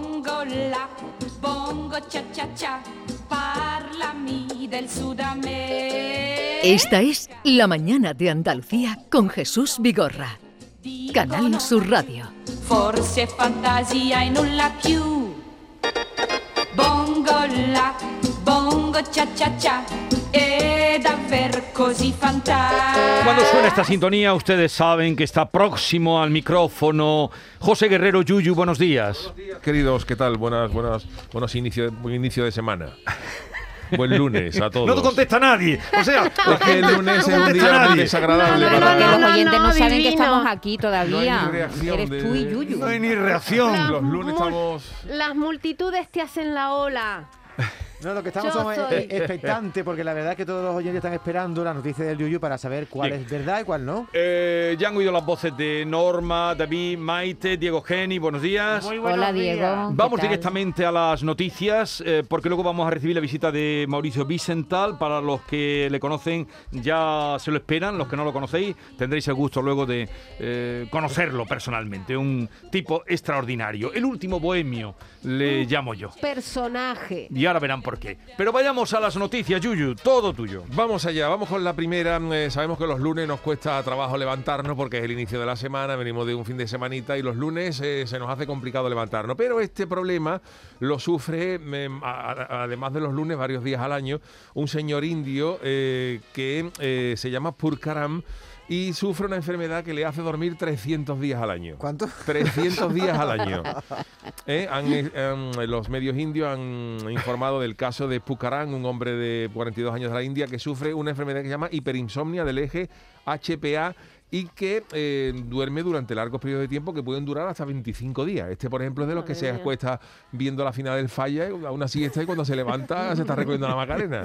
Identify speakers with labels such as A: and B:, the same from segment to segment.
A: viola, bongo cha cha cha, parlami del Sudamérica.
B: Esta es La Mañana de Andalucía con Jesús Vigorra. Canal Sur Radio.
A: Forse fantasia e nulla più. Bongo la, bongo cha cha cha, è davvero così fantastico.
C: Cuando suena esta sintonía, ustedes saben que está próximo al micrófono José Guerrero Yuyu. Buenos días.
D: Queridos, ¿qué tal? Buenas, buenas, buenos inicio, buen inicio de semana. Buen lunes a todos.
C: No te contesta nadie. O sea,
D: Es que el lunes es un día muy desagradable
E: No, no,
D: para
E: no,
F: Porque
E: no,
F: los oyentes no,
E: no,
F: saben que
E: divino.
F: estamos aquí todavía.
D: No hay reacción
F: Eres
D: de-
F: tú y Yuyu.
C: no hay ni reacción.
D: Los lunes estamos.
E: Las multitudes te hacen la ola.
G: No, lo que estamos
E: Yo
G: somos e-,
E: soy.
G: expectantes, porque la verdad es que todos los oyentes están esperando la noticia del Yuyu para saber cuál
C: Bien.
G: es verdad y cuál no.
C: Eh, ya han oído las voces de Norma, David, Maite, Diego Geni. Buenos días.
F: Hola, Diego. ¿qué
C: Vamos
F: tal?
C: directamente a las noticias, eh, porque luego vamos a recibir la visita de Mauricio Vicental. Para los que le conocen, ya se lo esperan. Los que no lo conocéis, tendréis el gusto luego de eh, conocerlo personalmente. Un tipo extraordinario. El último bohemio, le llamo yo.
E: Personaje.
C: Y ahora verán por qué. Pero vayamos a las noticias, Yuyu. Todo tuyo.
D: Vamos allá, vamos con la primera. Eh, sabemos que los lunes nos cuesta trabajo levantarnos porque es el inicio de la semana, venimos de un fin de semanita y los lunes eh, se nos hace complicado levantarnos. Pero este problema lo sufre, eh, a- a- además de los lunes, varios días al año, un señor indio eh, que eh, se llama Purkaram y sufre una enfermedad que le hace dormir 300 días al año.
G: ¿Cuánto?
D: 300 días al año. Eh, han, eh, han- los medios indios han informado del caso de Pucarán, un hombre de 42 años de la India que sufre una enfermedad que se llama hiperinsomnia del eje HPA y que eh, duerme durante largos periodos de tiempo que pueden durar hasta 25 días. Este, por ejemplo, es de los que
E: Madre
D: se
E: mía.
D: acuesta viendo la final del falla, a una siesta y cuando se levanta se está recogiendo la Macarena.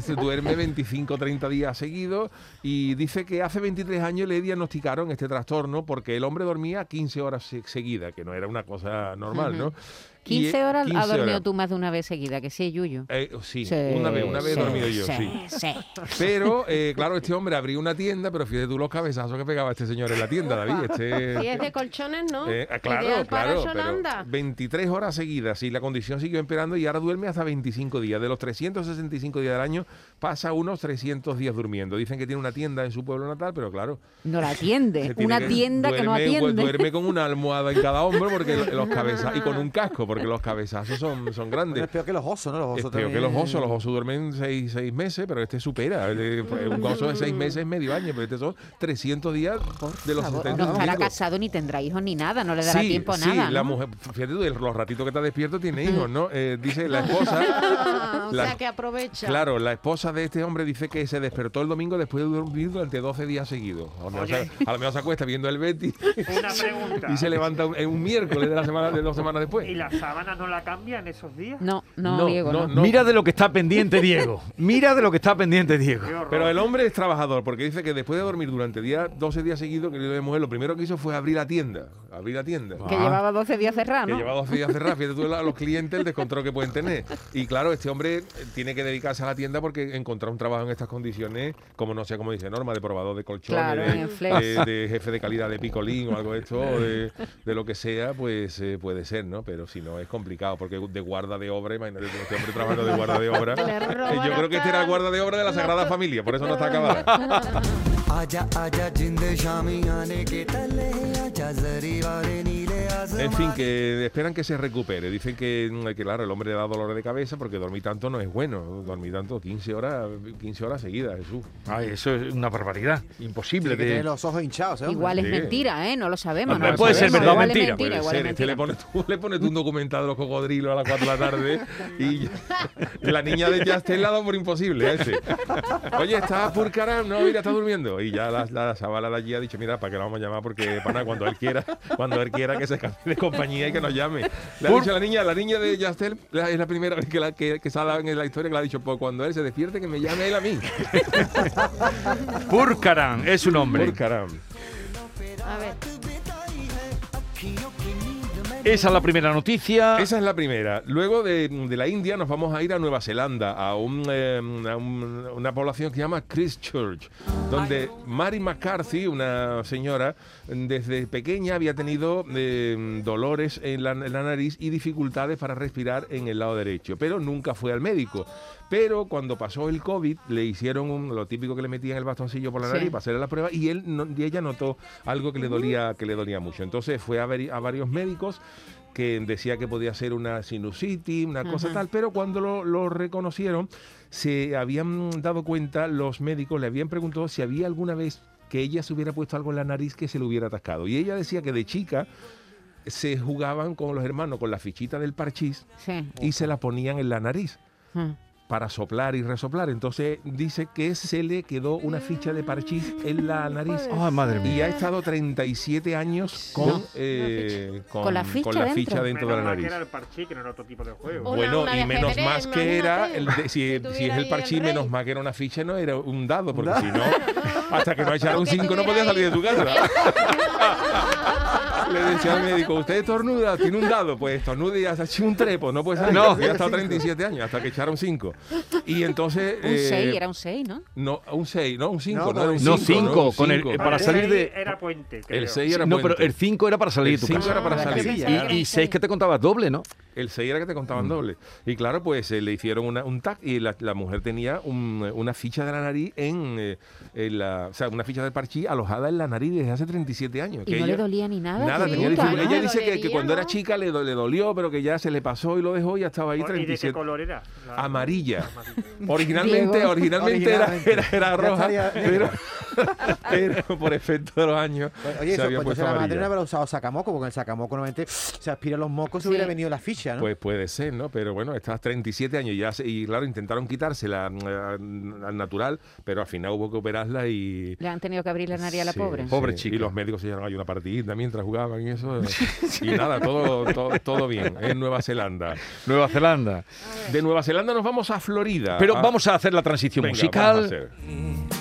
D: Se duerme 25, 30 días seguidos y dice que hace 23 años le diagnosticaron este trastorno porque el hombre dormía 15 horas se- seguidas, que no era una cosa normal, ¿no? Y,
F: 15
D: eh,
F: horas
D: 15
F: ha dormido
D: horas.
F: tú más de una vez seguida, que sí, Yuyu.
D: Eh, sí, una vez, una vez
F: sí,
D: he dormido yo, sí.
F: sí.
D: Pero, eh, claro, este hombre abrió una tienda, pero fíjate tú los cabezazos que pegaba este señor en la tienda, David. Este,
E: Si es de colchones, ¿no?
D: eh, ah,
E: Ideal
D: claro,
E: para
D: claro. pero
E: Yolanda.
D: 23 horas seguidas y la condición siguió empeorando y ahora duerme hasta 25 días. De los 365 días del año pasa unos 300 días durmiendo. Dicen que tiene una tienda en su pueblo natal, pero claro.
F: No la
D: se
F: atiende.
D: tiene
F: Eh, Una tienda que no
D: duerme- pues,
F: atiende.
D: Duerme con una almohada en cada hombro porque lo- los cabezazos y con un casco porque los cabezazos son, son
G: Bueno,
D: grandes.
F: este
G: es peor que los osos, ¿no? Los osos
D: Es peor que los
G: también-
D: osos, los osos duermen seis, seis meses, pero este supera. Eh, Un oso de seis meses es medio año, pero este son 300 días de los
F: Por favor,
D: 70
F: no estará
D: domingos.
F: casado ni tendrá hijos ni nada, no le dará
D: Sí,
F: tiempo a
D: sí,
F: nada.
D: la
F: ¿no?
D: mujer, fíjate tú, el- los ratitos que está despierto tiene hijos, ¿no? Eh, dice la esposa.
E: Ah, o
D: la-
E: sea que aprovecha.
D: Claro, la esposa de este hombre dice que se despertó el domingo después de dormir durante 12 días seguidos. A lo mejor, se, a lo mejor se acuesta viendo el Betty
H: Una pregunta.
D: y se levanta un, en un miércoles de la semana de dos semanas después.
H: ¿Y las sábanas no la cambian esos días?
F: No, no,
D: No,
F: Diego, no.
D: no.
C: Mira de lo que está pendiente Diego. Mira de lo que está pendiente Diego.
H: Qué horror.
D: Pero el hombre es trabajador, porque dice que después de dormir durante día, 12 días seguidos, querido de mujer, lo primero que hizo fue abrir la tienda. Abrir la tienda.
F: Que llevaba 12 días cerrado,
D: Ah. Que
F: ¿no?
D: lleva 12 días cerrada, fíjate tú a los clientes el descontrol que pueden tener. Y claro, este hombre eh, tiene que dedicarse a la tienda porque encontrar un trabajo en estas condiciones, como no sé cómo dice Norma, de probador de colchones,
F: Claro,
D: de-
F: en flex.
D: de, de jefe de calidad de picolín o algo de esto, o de, de lo que sea, pues eh, puede ser, ¿no? Pero si no, es complicado porque de guarda de obra, imagínate tú, este hombre trabajando de guarda de obra.
E: Le roba
D: Eh, yo
E: la
D: creo que este era el
E: pan.
D: guarda de obra de la Sagrada Familia, por eso no está acabada.
I: आजा आजा जिंद शामी आने के तले आजा जरी वाले नीले
D: En fin,
I: आसमान
D: que esperan que se recupere. Dicen que, mm, que, claro, el hombre le da dolor de cabeza porque dormir tanto no es bueno. Dormir tanto 15 horas, 15 horas seguidas, Jesús.
C: Ay, eso es una barbaridad. Imposible
G: Tiene que
C: de-
G: tener los ojos hinchados, ¿eh? hombre?
F: Igual es
D: sí.
F: mentira, ¿eh? No lo sabemos.
C: No,
F: no lo
C: puede ser
F: sabemos.
C: verdad o
F: Igual es
C: mentira,
F: mentira, igual es
D: Ser, este le
F: mentira.
D: pones tú, le pones tú un documental de los cocodrilos a las 4 de la tarde y ya- la niña de ya está lado por imposible. Ese. Oye, está Purcaram, no, mira, está durmiendo. Y ya la, la chavala de allí ha dicho, mira, ¿para qué la vamos a llamar? Porque para nada, cuando él quiera, cuando él quiera que se cambie de compañía y que nos llame. Le ha
C: Pur-
D: dicho la niña, la niña de Yastel la- es la primera vez que, la, que, que se ha dado en la historia que le ha dicho, pues cuando él se despierte, que me llame él a mí.
C: Purkaran es un hombre.
D: Purcaram.
E: A ver.
I: अखियों की नींद में
C: Esa es la primera noticia.
D: Esa es la primera. Luego de, de la India nos vamos a ir a Nueva Zelanda, a, un, eh, a un- una población que se llama Christchurch, donde Mary McCarthy, una señora, desde pequeña había tenido eh, dolores en la, en la nariz y dificultades para respirar en el lado derecho, pero nunca fue al médico. Pero cuando pasó el COVID le hicieron un- lo típico que le metían el bastoncillo por la
F: Sí.
D: nariz para hacerle la prueba y él no- y ella notó algo que le dolía que le dolía mucho. Entonces fue a, ver- a varios médicos que decía que podía ser una sinusitis, una cosa tal, pero cuando lo, lo reconocieron, se habían dado cuenta, los médicos le habían preguntado si había alguna vez que ella se hubiera puesto algo en la nariz que se le hubiera atascado. Y ella decía que de chica se jugaban con los hermanos con la fichita del parchís
F: Sí.
D: y se la ponían en la nariz
F: Mm.
D: para soplar y resoplar. Entonces dice que se le quedó una ficha de parchís en la nariz.
C: Ay, madre mía.
D: Y ha estado 37 años con,
F: No.
D: eh, con,
F: Con la ficha
D: con la ficha dentro
H: Menos
D: de la
H: mal
D: nariz.
H: que era el parchí, que no era otro tipo de juego.
E: Una-
D: Bueno,
E: una
D: y
E: de
D: menos
E: ajedrez,
D: más que era,
E: imagínate.
D: el de- si,
E: Si
D: si es
E: tuviera
D: el
E: ahí
D: parchís,
E: el rey.
D: menos más que era una ficha, no era un dado, porque si no, hasta que no echara un
E: Aunque
D: 5 no podía
E: tuviera
D: salir de tu casa. Le decía al médico, usted estornuda, tiene un dado, pues estornuda y hasta echa un trepo, no puede salir.
C: No.
D: ya está 37 años, hasta que echaron 5. Y entonces...
F: Un
D: eh,
F: 6, era un 6, ¿no?
D: No, un 6, no, un 5,
G: No,
D: no, era un
C: no,
D: 5.
C: cinco, con el- eh, para
H: El
C: salir
H: seis
C: de-
H: Era puente.
D: El
H: creo.
D: 6 era
C: no, pero
D: puente.
C: el 5 era para salir de
D: El
C: tu
D: cinco
C: casa.
D: era para
F: Ah,
D: salir.
F: pensaba
G: Y-
F: que era
C: Y
F: un
C: 6
F: seis.
C: que te contabas doble, ¿no?
D: El 6 era que te
C: Mm.
D: contaban doble. Y claro, pues eh, le hicieron una- un tag y la, la mujer tenía un, eh, una ficha de la nariz en, eh, en la. O sea, una ficha de parchí alojada en la nariz desde hace 37 años.
F: Y
D: que
F: no le
D: ella-
F: dolía ni nada.
D: Nada,
F: qué
D: tenía
F: puta,
D: dificultad.
F: ¿no?
D: Ella dice que, que
E: Dolería,
D: cuando era
E: ¿no?
D: chica le, do- le dolió, pero que ya se le pasó y lo dejó y ya estaba ahí
H: ¿Y de qué
D: 37.
H: color era? La-
D: Amarilla.
H: amarilla.
D: Originalmente,
F: Diego.
D: originalmente era,
G: Originalmente.
D: era, era
G: Ya
D: roja,
G: estaría-
D: pero, pero por efecto de los años se
G: Oye, eso,
D: había
G: pues, entonces
D: puesto
G: la madre
D: amarilla.
G: no habrá usado sacamoco, porque en el sacamoco normalmente se aspira los mocos,
F: Sí.
G: se hubiera venido la ficha, ¿no?
D: Pues puede ser, ¿no? Pero bueno, estás 37 años ya, se- y claro, intentaron quitársela mm, a- al natural, pero al final hubo que operarla y...
F: Le han tenido que abrir la nariz a la
D: Sí,
F: pobre.
D: sí.
C: Pobre chica.
D: Y los médicos se llevaron ahí una partidita mientras jugaban y eso. y nada, todo, todo, todo bien, en Nueva Zelanda.
C: Nueva Zelanda.
D: De Nueva Zelanda nos vamos a Florida.
C: Pero
D: Ah,
C: vamos a hacer la transición
D: venga, vamos a
C: musical.
D: hacer.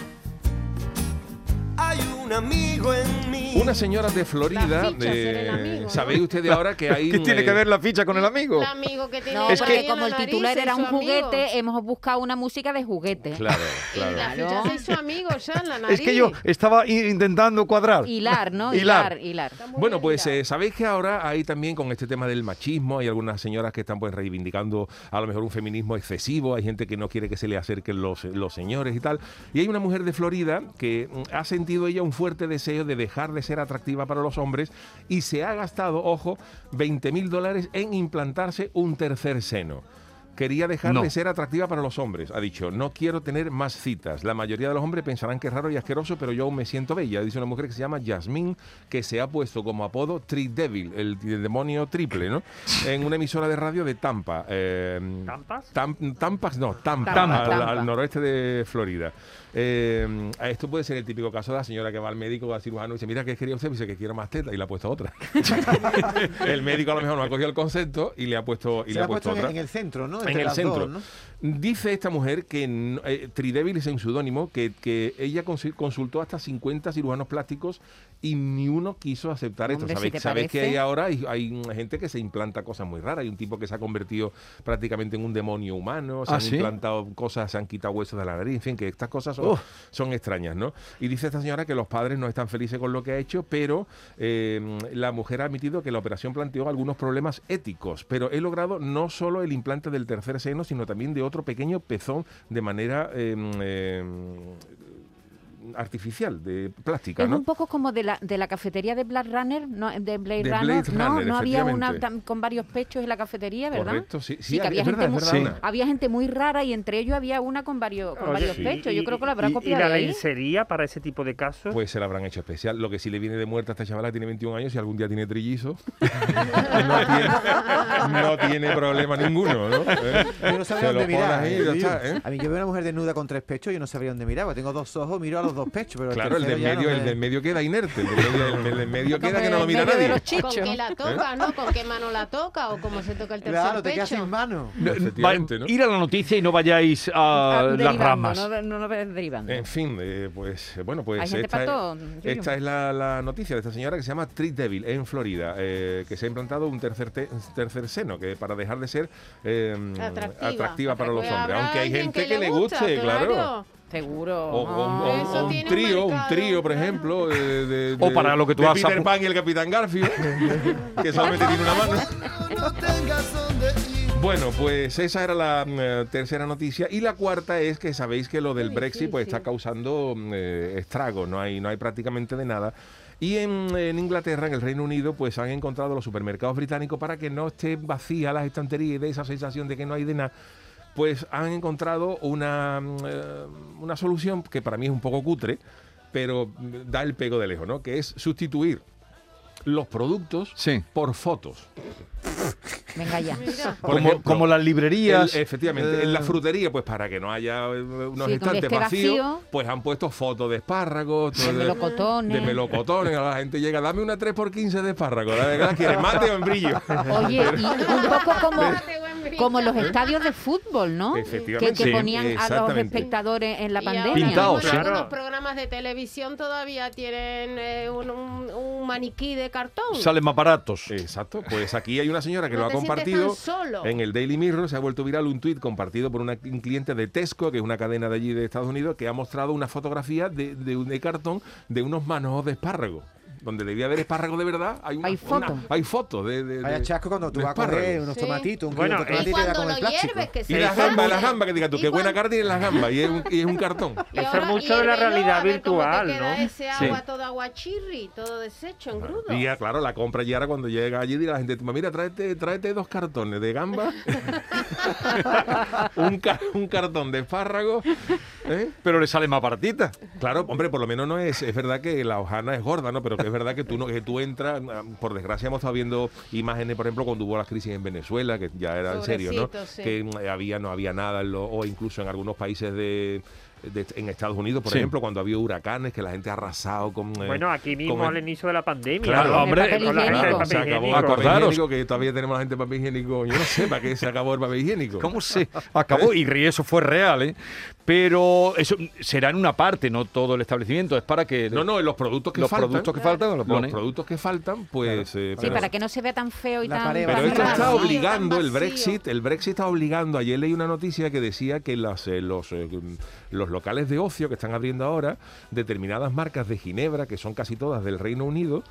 I: Hay un amigo en mí.
D: Una señora de
E: La
D: Florida,
E: ficha, ser el amigo, ¿no?
D: ¿sabéis ustedes Este ahora que hay...
C: ¿Qué tiene
D: eh,
C: que ver la ficha con el amigo?
E: El amigo que tiene
F: No,
E: por
F: porque
E: ahí en
F: como
E: la
F: el
E: nariz
F: titular
E: es
F: era
E: su
F: un
E: amigo.
F: juguete, hemos buscado una música de juguete.
D: Claro,
E: Y
D: claro.
E: la
F: Claro.
E: ficha se hizo amigo ya en la nariz.
C: Es que yo estaba i- intentando cuadrar.
F: Hilar, ¿no?
C: Hilar.
F: Hilar, hilar.
D: Bueno, pues eh, sabéis que ahora hay también con este tema del machismo, hay algunas señoras que están pues reivindicando a lo mejor un feminismo excesivo, hay gente que no quiere que se le acerquen los, eh, los señores y tal. Y hay una mujer de Florida que mm, ha sentido ella un fuerte deseo de dejar de ser atractiva para los hombres y se ha gastado, ojo, 20 mil dólares en implantarse un tercer seno. Quería dejar
C: No.
D: de ser atractiva para los hombres. Ha dicho, no quiero tener más citas. La mayoría de los hombres pensarán que es raro y asqueroso, pero yo aún me siento bella. Dice una mujer que se llama Jasmine, que se ha puesto como apodo Tri Devil, el, el demonio triple, ¿no? En una emisora de radio de Tampa. eh,
H: ¿Tampas?
D: Tam- Tampas, no, Tampa,
F: Tampa,
D: al,
F: Tampa.
D: al noroeste de Florida. Eh, esto puede ser el típico caso de la señora que va al médico, al cirujano y dice, mira, ¿qué quería usted? Y dice que quiero más teta y le ha puesto otra. el médico a lo mejor no ha cogido el concepto y le ha puesto, y
G: se
D: le
G: la
D: ha
G: ha puesto
D: puesto
G: en,
D: otra.
G: en el centro, ¿no?
D: En
G: Entre
D: el
G: las
D: centro.
G: dos, ¿no?
D: Dice esta mujer que no- eh, Tridevil es un pseudónimo, que, que ella consi- consultó hasta 50 cirujanos plásticos y ni uno quiso aceptar
F: Hombre,
D: esto.
F: si
D: Sabéis
F: te
D: sabéis que
F: parece.
D: hay ahora hay, hay gente que se implanta cosas muy raras. Hay un tipo que se ha convertido prácticamente en un demonio humano, se
C: ¿Ah,
D: han
C: sí?
D: implantado cosas, se han quitado huesos de la nariz, en fin, que estas cosas son, son extrañas, ¿no? Y dice esta señora que los padres no están felices con lo que ha hecho, pero eh, la mujer ha admitido que la operación planteó algunos problemas éticos, pero he logrado no solo el implante del tercer seno, sino también de otro pequeño pezón de manera... eh, eh, artificial, de plástica,
F: Es
D: ¿no?
F: un poco como de la, de la cafetería de Blade Runner, no, de Blade
D: De
F: Runner,
D: Blade
F: no,
D: Runner,
F: no había una
D: efectivamente.
F: tam- con varios pechos en la cafetería, ¿verdad?
D: Correcto, sí, sí,
F: que
D: es
F: había,
D: verdad,
F: gente
D: es
F: muy,
D: verdad,
F: sí.
D: Ana.
F: había gente muy rara y entre ellos había una con varios, con
D: Oye,
F: varios
D: sí.
F: pechos. Yo creo que lo habrá
H: y-
F: copiado
H: ¿Y la
F: de ahí.
H: lencería para ese tipo de casos?
D: Pues se la habrán hecho especial. Lo que sí le viene de muerta a esta chavala que tiene 21 años y algún día tiene trillizo. no, tiene, no tiene problema ninguno, ¿no? ¿Eh?
G: Yo no sabría
D: Se lo
G: dónde
D: pones
G: mirar.
D: ahí y
G: ¿eh?
D: ya está, ¿eh?
G: A mí yo veo una mujer desnuda con tres pechos y yo no sabría dónde mirar, porque tengo dos ojos, miro a los los dos pechos, pero
D: Claro, el
G: tercero
D: del
G: ya no
D: medio, el
G: sé.
D: del medio queda inerte, el del medio, el del medio queda que no lo
F: en
D: mira ¿Eh?
F: medio
D: nadie.
F: de los
E: ¿Con
F: chichos.
E: qué la toca, no? ¿Con qué mano la toca o cómo se toca el tercer
G: Claro, te quedas
E: pecho?
G: sin mano.
C: No,
D: Efectivamente, ¿no?
C: va- Ir a la noticia y no vayáis a
F: Ah,
C: las
F: derivando,
C: ramas.
F: No, no, no derivando.
D: En fin, eh, pues eh, bueno, pues
F: Hay gente
D: esta,
F: pa'
D: es-
F: todo, Yuyu.
D: esta es la, la noticia de esta señora que se llama Trish Devil en Florida, eh, que se ha implantado un tercer te- tercer seno que para dejar de ser eh,
E: Atractiva.
D: para los
E: Pues
D: hombres,
E: habrá
D: aunque hay
E: alguien
D: gente que, le guste, claro.
F: Seguro.
D: O, o- o-
E: Ah, eso
D: o un
E: tiene un
D: trío, un
E: mercado,
D: trío, por
E: claro.
D: ejemplo, eh, de,
C: O
D: de-
C: para lo que tú
D: de
C: has
D: Peter
C: apu-
D: Pan y el Capitán Garfield, que solamente tiene una mano.
I: No tengas donde ir.
D: Bueno, pues esa era la mm, eh, tercera noticia. Y la cuarta es que sabéis que lo del Brexit pues, está causando mm, eh, estragos, no hay, no hay prácticamente de nada. Y en, en Inglaterra, en el Reino Unido, pues han encontrado los supermercados británicos para que no estén vacías las estanterías y de esa sensación de que no hay de nada. Pues han encontrado una, mm, eh, una solución que para mí es un poco cutre, pero mm, da el pego de lejos, ¿no? Que es sustituir los productos
C: Sí.
D: por fotos.
F: Venga ya.
E: Mira,
D: Por
C: como,
D: ejemplo,
C: como las librerías.
D: el- efectivamente,
C: eh,
D: en la frutería, pues para que no haya eh, unos
F: Sí, con
D: estantes
F: este
D: vacíos,
F: vacío.
D: pues han puesto fotos de espárragos,
F: De
D: todo
F: melocotones.
D: de melocotones. La gente llega, dame una 3x15 de espárragos. La verdad, ¿quieres mate o en brillo?
F: Oye, y un poco como,
H: Ah,
E: Date buen brillo.
F: como los estadios de fútbol, ¿no? Que,
D: Efectivamente.
F: que
C: Sí,
F: ponían a los
D: exactamente.
F: espectadores en la
E: Y ahora
F: pandemia.
C: Pintado. Pintados,
E: mismo
C: sí.
E: en algunos
H: Claro.
E: programas de televisión todavía tienen eh, un, un- un maniquí de cartón.
C: Salen más baratos.
D: Exacto, pues aquí hay una señora que
E: No
D: lo ha
E: te sientes
D: compartido
E: tan solo.
D: en el Daily Mirror, se ha vuelto viral un tuit compartido por una, un cliente de Tesco, que es una cadena de allí de Estados Unidos, que ha mostrado una fotografía de, de, un- de cartón de unos manojos de espárrago. Donde debía haber espárrago de verdad, hay, una-
F: Hay
D: una-
F: foto.
D: hay fotos de, de,
G: Vaya
D: de-
G: chasco cuando tú
D: de
G: vas a coger
D: espárrago.
G: unos
E: Sí.
G: tomatitos, un
H: Bueno, eh,
G: kilo de
H: y
E: y
G: tomate y te da
E: cuando
G: con
E: lo
G: el plástico.
E: hierves, que se
D: Y las
E: deshace.
D: gambas, las gambas que digas tú,
E: Y
D: qué buena
E: cuando-
D: cara tienen las gambas, y es un, y es un cartón.
E: y
H: Eso
E: ahora
H: es mucho de la
E: hiérvelo,
H: realidad
E: a ver cómo te
H: virtual,
E: queda
H: ¿no?
E: ese agua
C: Sí.
E: todo aguachirri, todo deshecho, en grudo.
D: Y ya, claro, la compra y ahora cuando llega allí dirá la gente, mira, tráete, tráete dos cartones de gamba, un, ca- un cartón de espárragos. ¿eh?
C: Pero le sale más baratita.
D: Claro, hombre, por lo menos no es, es verdad que la hojana es gorda, ¿no? Pero que es verdad que tú no, que tú entras, ah, por desgracia hemos estado viendo imágenes, por ejemplo, cuando hubo las crisis en Venezuela, que ya era en serio, ¿no?
E: Pobrecito, sí.
D: Que mm, había, no había nada, en lo- o incluso en algunos países de, de- en Estados Unidos, por
C: Sí.
D: ejemplo, cuando había huracanes, que la gente ha arrasado con. eh,
H: Bueno, aquí mismo
D: con el-
H: al inicio de la pandemia.
C: Claro,
H: ¿no?
C: hombre,
F: papel
H: Con la gente del
F: higiénico.
D: Claro,
H: papel
D: se acabó el
H: higiénico.
D: papel
C: Acordaros.
D: higiénico, que todavía tenemos la gente papel higiénico. Yo no sé para qué se acabó el papel higiénico.
C: ¿Cómo se acabó? Y ri- eso fue real, ¿eh? Pero eso será en una parte, no todo el establecimiento. Es para que.
D: No, no, en los productos que
C: Los
D: faltan.
C: productos que faltan los
D: los,
C: ponen.
D: productos que faltan, pues. eh,
F: Sí, para que no se vea tan feo y
G: La
F: tan...
G: pared,
F: tan
D: Pero esto
G: Vacío,
D: está
F: raro.
E: obli-
D: obligando, el
E: vacío.
D: Brexit, el Brexit está obligando. Ayer leí una noticia que decía que las, eh, los, eh, los locales de ocio que están abriendo ahora, determinadas marcas de Ginebra, que son casi todas del Reino Unido,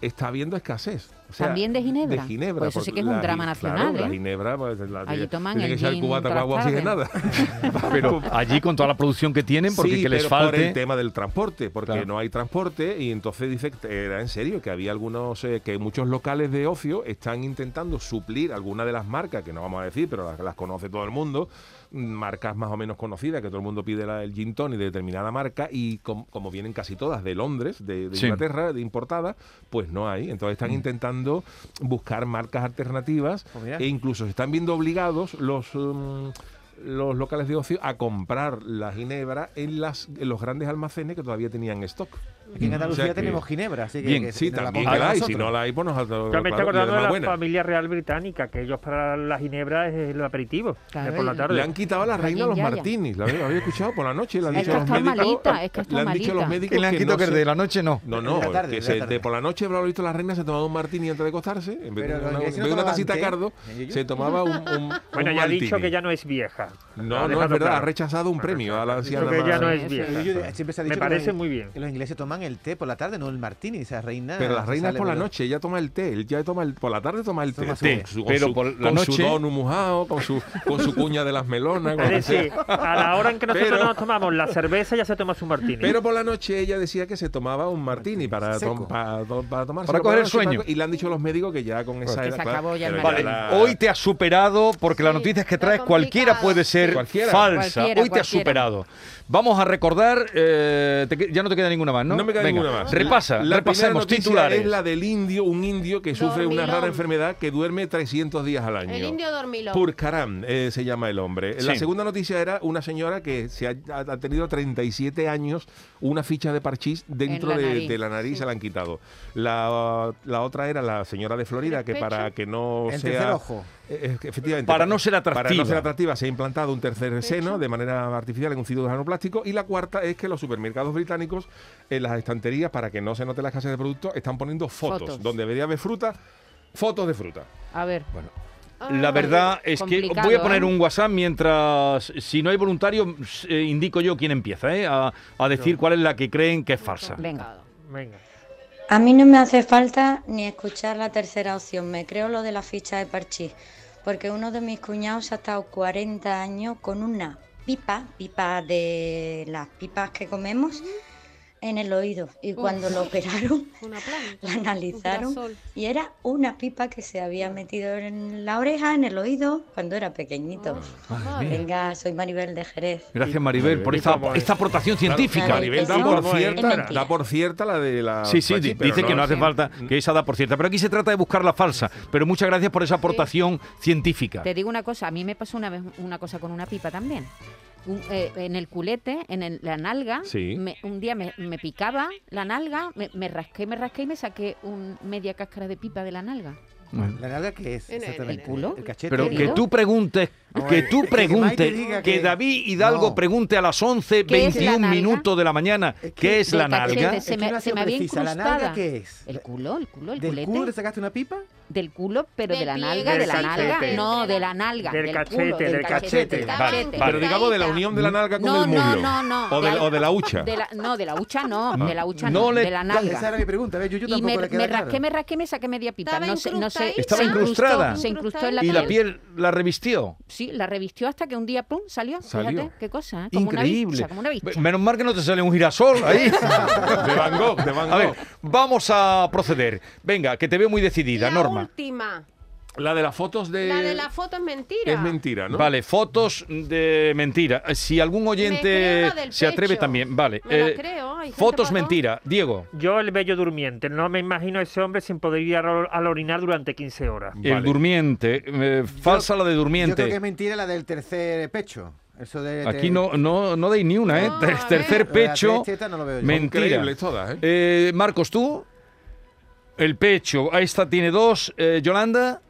D: está habiendo escasez. O sea,
F: Mm. ¿También de Ginebra?
D: De Ginebra.
F: Pues eso sí
D: porque
F: que es un
D: la-
F: drama
D: claro,
F: nacional,
D: la
F: ¿eh?
D: Ginebra, pues, la,
F: Allí
D: tiene-
F: toman
D: tiene
F: el
D: que echar el
F: gin
D: cubata con agua
F: tras tarde.
D: oxigenada.
C: Pero allí con toda la producción que tienen, porque
D: Sí,
C: que les
D: pero
C: falte.
D: por el tema del transporte, porque
C: Claro.
D: no hay transporte y entonces dice que era en serio que había algunos eh, que muchos locales de ocio están intentando suplir alguna de las marcas que no vamos a decir, pero las, las conoce todo el mundo, mm, marcas más o menos conocidas que todo el mundo pide la- el gin tonic de determinada marca y com- como vienen casi todas de Londres, de, de
C: Sí. Mm.
D: Inglaterra, de importadas, pues no hay. Entonces están intentando buscar marcas alternativas
G: Pues mira.
D: e incluso se están viendo obligados los um, los locales de ocio a comprar la ginebra en, las, en los grandes almacenes que todavía tenían stock.
G: Aquí en
D: Mm,
G: Andalucía
D: O sea que-
G: tenemos Ginebra, así que.
C: Bien,
G: que
D: Sí,
G: nos la
D: también
G: compran
D: la hay. Si
G: nosotros.
D: no la hay, pues nos
H: Yo me estoy
D: claro, y
H: acordando de
D: además
H: la
D: buena.
H: familia real británica, que ellos para la ginebra es el aperitivo
F: Claro,
H: de por la
F: y-
H: tarde.
D: Le han quitado a la reina
F: yin
D: los
F: yaya.
D: martinis. La había, la había escuchado por la noche. Le han
F: Es
D: dicho a
F: que
D: los
F: está
D: médicos.
F: malita, es que está
D: le han dicho a los
F: malita.
D: médicos
C: le han
D: que
C: quitado
D: no
C: que
D: se-
C: de la noche no.
D: No,
G: De
D: no,
G: la tarde,
D: que
G: de la
D: se-
G: tarde.
D: de por la noche habrá visto la reina se tomaba un martini antes de acostarse, en vez
G: Pero
D: de
G: los
D: una,
G: ingleses no
D: de una
G: tomaban
D: tacita
G: té,
D: cardo,
G: ¿eh, yo?
D: se tomaba un, un-
H: Bueno,
D: un
H: ya ha dicho
D: martini.
H: que ya no es vieja.
D: No, no,
H: Ha
D: es
H: dejado
D: verdad, ha
H: claro.
D: rechazado un premio a la
H: dicho
D: anciana
H: que ya
D: más-
H: no es
F: Eso,
H: vieja.
G: Pero
D: Ah.
G: yo- siempre se ha
H: Me
G: dicho que
H: parece
G: los-
H: muy bien.
G: Que los ingleses toman el té por la tarde, no el martini. Esa reina.
D: Pero las
G: Ah, se
D: reinas
G: sale
D: por la
G: muy-
D: noche, ella toma el té, él ya toma el, por la tarde toma el té,
G: Toma su té.
D: con su, con
C: Pero
D: su-
C: por la
D: con su
C: noche-
D: don humujao, con su, con su cuña de las melonas, con
H: Es
D: lo que sea.
H: decir, a la hora en que nosotros
D: Pero-
H: nos tomamos la cerveza, ya se toma su martini.
D: Pero por la noche ella decía que se tomaba un martini para,
G: Seco.
D: tom- para, to- para tomarse
C: Para coger el sueño.
D: y le han dicho los médicos que ya con esa
F: Que
D: edad,
F: se
D: claro,
F: acabó ya el
D: pero
C: Vale,
D: la-
C: hoy te has superado porque las
E: Sí,
C: noticias que
E: está
C: traes cualquiera
E: complicada.
C: puede ser
D: Cualquiera.
C: falsa.
F: Cualquiera,
C: hoy te has
F: cualquiera.
C: superado. Vamos a recordar, eh, te que- ya no te queda ninguna más, ¿no?
D: ¿no? No me queda
C: Venga,
D: ninguna más.
C: Repasa,
D: la primera
C: repasemos
D: noticia
C: titulares.
D: es la del indio, un indio que sufre una
E: Dormilón.
D: rara enfermedad que duerme 300 días al año.
E: El indio dormilón.
D: Purkaram eh, se llama el hombre. La
C: Sí.
D: segunda noticia era una señora que se ha, ha- ha tenido 37 años una ficha de parchís dentro
F: En la
D: de,
F: nariz.
D: de la nariz, se la han quitado. La, la otra era la señora de Florida,
E: ¿El
D: que para
E: pecho?
D: que no
G: El
D: sea...
G: tercer ojo.
D: Eh, eh, efectivamente.
C: Para no ser
D: Para no ser
C: atractiva.
D: atractiva se ha implantado un tercer seno de manera artificial en un cirujano plástico. Y la cuarta es que los supermercados británicos, en las estanterías, para que no se note la escasez de productos, están poniendo fotos,
F: Fotos.
D: donde debería haber fruta, fotos de fruta.
F: A ver.
E: Ah,
C: La verdad es que
F: Ah, complicado,
C: voy a poner
F: ¿eh?
C: un WhatsApp mientras, si no hay voluntario, s- eh, indico yo quién empieza, ¿eh? a, a decir cuál es la que creen que es falsa.
F: Venga.
H: Venga.
J: A mí no me hace falta ni escuchar la tercera opción, me creo lo de la ficha de parchís, porque uno de mis cuñados ha estado 40 años con una pipa, pipa de las pipas que comemos, en el oído. Y cuando lo operaron,
E: Una planta.
J: la
E: Un
J: analizaron
E: girasol.
J: y era una pipa que se había metido en la oreja, en el oído, cuando era pequeñito.
E: Ah. Madre mía.
J: Venga, soy Maribel de Jerez.
C: Gracias Maribel por esta,
H: Maribel.
C: esta aportación científica.
J: Claro,
D: Maribel da
J: eso
D: por,
J: no es
D: cierta,
J: mentira.
D: da por cierta la de la.
C: Sí, sí,
D: Pachi,
C: di-
D: pero
C: dice que no hace falta, que esa da por cierta. Pero aquí se trata de buscar la falsa. Pero muchas gracias por esa aportación científica.
F: Te digo una cosa, a mí me pasó una vez una cosa con una pipa también. Un- eh, en el culete, en el- la nalga,
D: Sí.
F: me- un día me, me picaba la nalga, me, me rasqué, me rasqué y me saqué un media cáscara de pipa de la nalga.
C: Bueno.
G: ¿La nalga qué es?
E: En el-
G: exactamente?
F: ¿El culo?
G: El cachete.
C: Pero que
F: querido.
C: tú preguntes,
G: Vamos a
C: que
G: ver,
C: tú
G: es que Maite
C: preguntes,
G: diga
C: que
G: que-
C: David Hidalgo
G: No.
C: pregunte a las 11,
F: ¿Qué es la
C: 21
F: nalga?
C: minutos de la mañana,
G: Es que-
C: ¿qué es
F: De
C: la
F: cachete,
C: nalga?
G: Es
F: Se
G: que
F: me,
G: no ha
F: se
G: sido
F: me había
G: precisa. ¿La
F: incrustada.
G: nalga qué es?
F: El culo, el culo, el
G: ¿Del
F: culete.
G: culo le sacaste una pipa?
F: Del culo, pero de,
E: Del
F: la
E: pie,
F: nalga,
H: del
F: de la nalga.
H: cachete.
F: No, de la nalga.
H: Del
F: culo,
H: cachete, del cachete.
F: del
E: Vale,
F: cachete.
D: Pero digamos de la unión de la nalga con
F: No,
D: el
F: no,
D: muslo.
F: no, no.
D: O de,
F: ahí-
D: o de la hucha. Ah.
F: de la- no, de la hucha no, de la hucha
C: No
F: no,
C: le-
F: de la
G: Esa era
F: nalga.
G: mi pregunta. A ver, yo, yo
F: Y
G: tampoco
F: me,
G: le
F: me
G: queda claro.
F: rasqué, me rasqué, me saqué media pipa.
E: Estaba
F: No sé, no sé.
E: incrustadita.
C: Estaba
F: se incrustó,
C: incrustada.
F: Se incrustó en la
C: Y la
F: piel.
C: piel la revistió.
F: Sí, la revistió hasta que un día, pum, salió.
D: Salió.
F: Fíjate, qué cosa. ¿eh? Como
C: Increíble.
F: Una bicha, como una bicha.
C: Menos mal que no te sale un girasol ahí.
D: De Van Gogh, de Van
C: A ver,
D: Gogh.
C: vamos a proceder. Venga, que te veo muy decidida,
E: La
C: Norma.
E: última.
D: La de las fotos de.
E: La de la foto es mentira.
D: Eh, Es mentira, ¿no?
C: Vale, fotos de mentira. Eh, Si algún oyente
E: creo la del
C: se atreve
E: pecho.
C: también, vale. eh,
E: Me la creo, hay gente
C: fotos
E: para todo.
C: mentira, Diego.
H: Yo el bello durmiente. No me imagino a ese hombre sin poder ir al al orinar durante 15 horas.
C: El
D: Vale.
C: durmiente, eh, falsa la de
G: Yo
C: durmiente.
G: creo que es mentira la del tercer pecho. Eso de,
C: Aquí no, no, no deis ni una, ¿eh?
E: No,
C: Ter-
E: a ver.
C: tercer
G: Lo de las
C: pecho.
G: tres tetas este, no lo veo yo.
C: mentira.
D: Increíbles todas, ¿eh?
C: Eh, Marcos, tú. El pecho. ahí Esta tiene dos. Eh, Yolanda.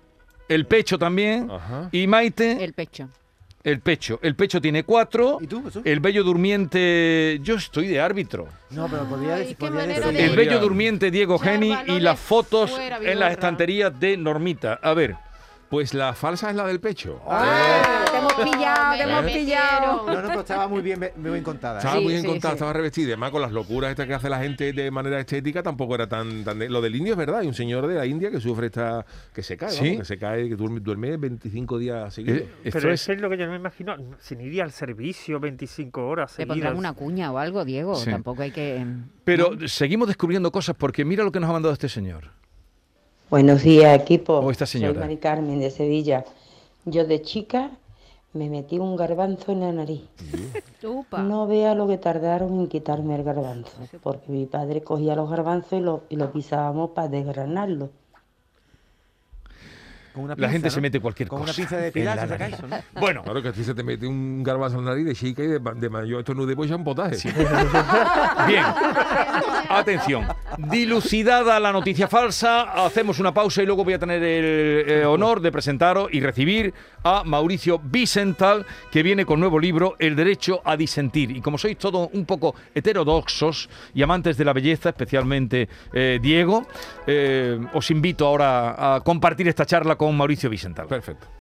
C: El pecho también.
D: Ajá.
C: Y Maite. El,
F: El pecho.
C: pecho. El pecho tiene cuatro.
G: ¿Y tú, Jesús?
C: El bello durmiente. Yo estoy de árbitro.
G: No, pero podría,
E: Ay,
G: decir-
E: qué
G: podría
E: manera
G: decir-
E: de-
C: El bello durmiente Diego
E: Echar
C: Geni y
E: balones
C: las fotos
E: fuera,
C: en
E: Vigorra.
C: las estanterías de Normita. A ver.
D: Pues la falsa es la del pecho.
C: Eh.
F: Ah, te hemos pillado, te
E: Me
F: hemos
E: la
F: pillado.
E: metieron.
G: No, no, pero estaba muy bien, muy bien contada. ¿eh?
D: Estaba
F: Sí,
D: muy bien
F: sí,
D: contada,
F: sí.
D: estaba revestida. Además, con las locuras estas que hace la gente de manera estética, tampoco era tan. tan de- Lo del indio es verdad. Hay un señor de la India que sufre esta. que se cae,
C: Sí.
D: vamos, que se cae, que duerme, duerme 25 días seguidos.
C: eh, esto
H: Pero
C: es-
H: eso es lo que yo no me imagino. Sin ir al servicio 25 horas
F: Te
H: seguidas.
F: pondrán una cuña o algo, Diego.
C: Sí.
F: Tampoco hay que.
C: Pero seguimos descubriendo cosas porque mira lo que nos ha mandado este señor.
J: Buenos días, equipo.
C: O esta señora.
J: Soy Mari Carmen de Sevilla. Yo de chica me metí un garbanzo en la nariz. No vea lo que tardaron en quitarme el garbanzo, porque mi padre cogía los garbanzos y los, y los pisábamos para desgranarlos.
G: Con una
C: La gente se
G: ¿no?
C: mete cualquier
G: Con
C: cosa
G: una pinza
C: en
G: de pilar,
C: la
G: se saca
C: nariz.
G: eso, ¿no?
C: Bueno,
D: Claro que a ti se te mete un garbanzo en la nariz de chica y de, ma- de mayor. Esto no de polla en potaje.
C: Bien, atención. Dilucidada la noticia falsa, hacemos una pausa y luego voy a tener el eh, honor de presentaros y recibir a Mauricio Vicental, que viene con nuevo libro, El Derecho a Disentir. Y como sois todos un poco heterodoxos y amantes de la belleza, especialmente eh, Diego, eh, os invito ahora a compartir esta charla con Mauricio Vicental.
D: Perfecto.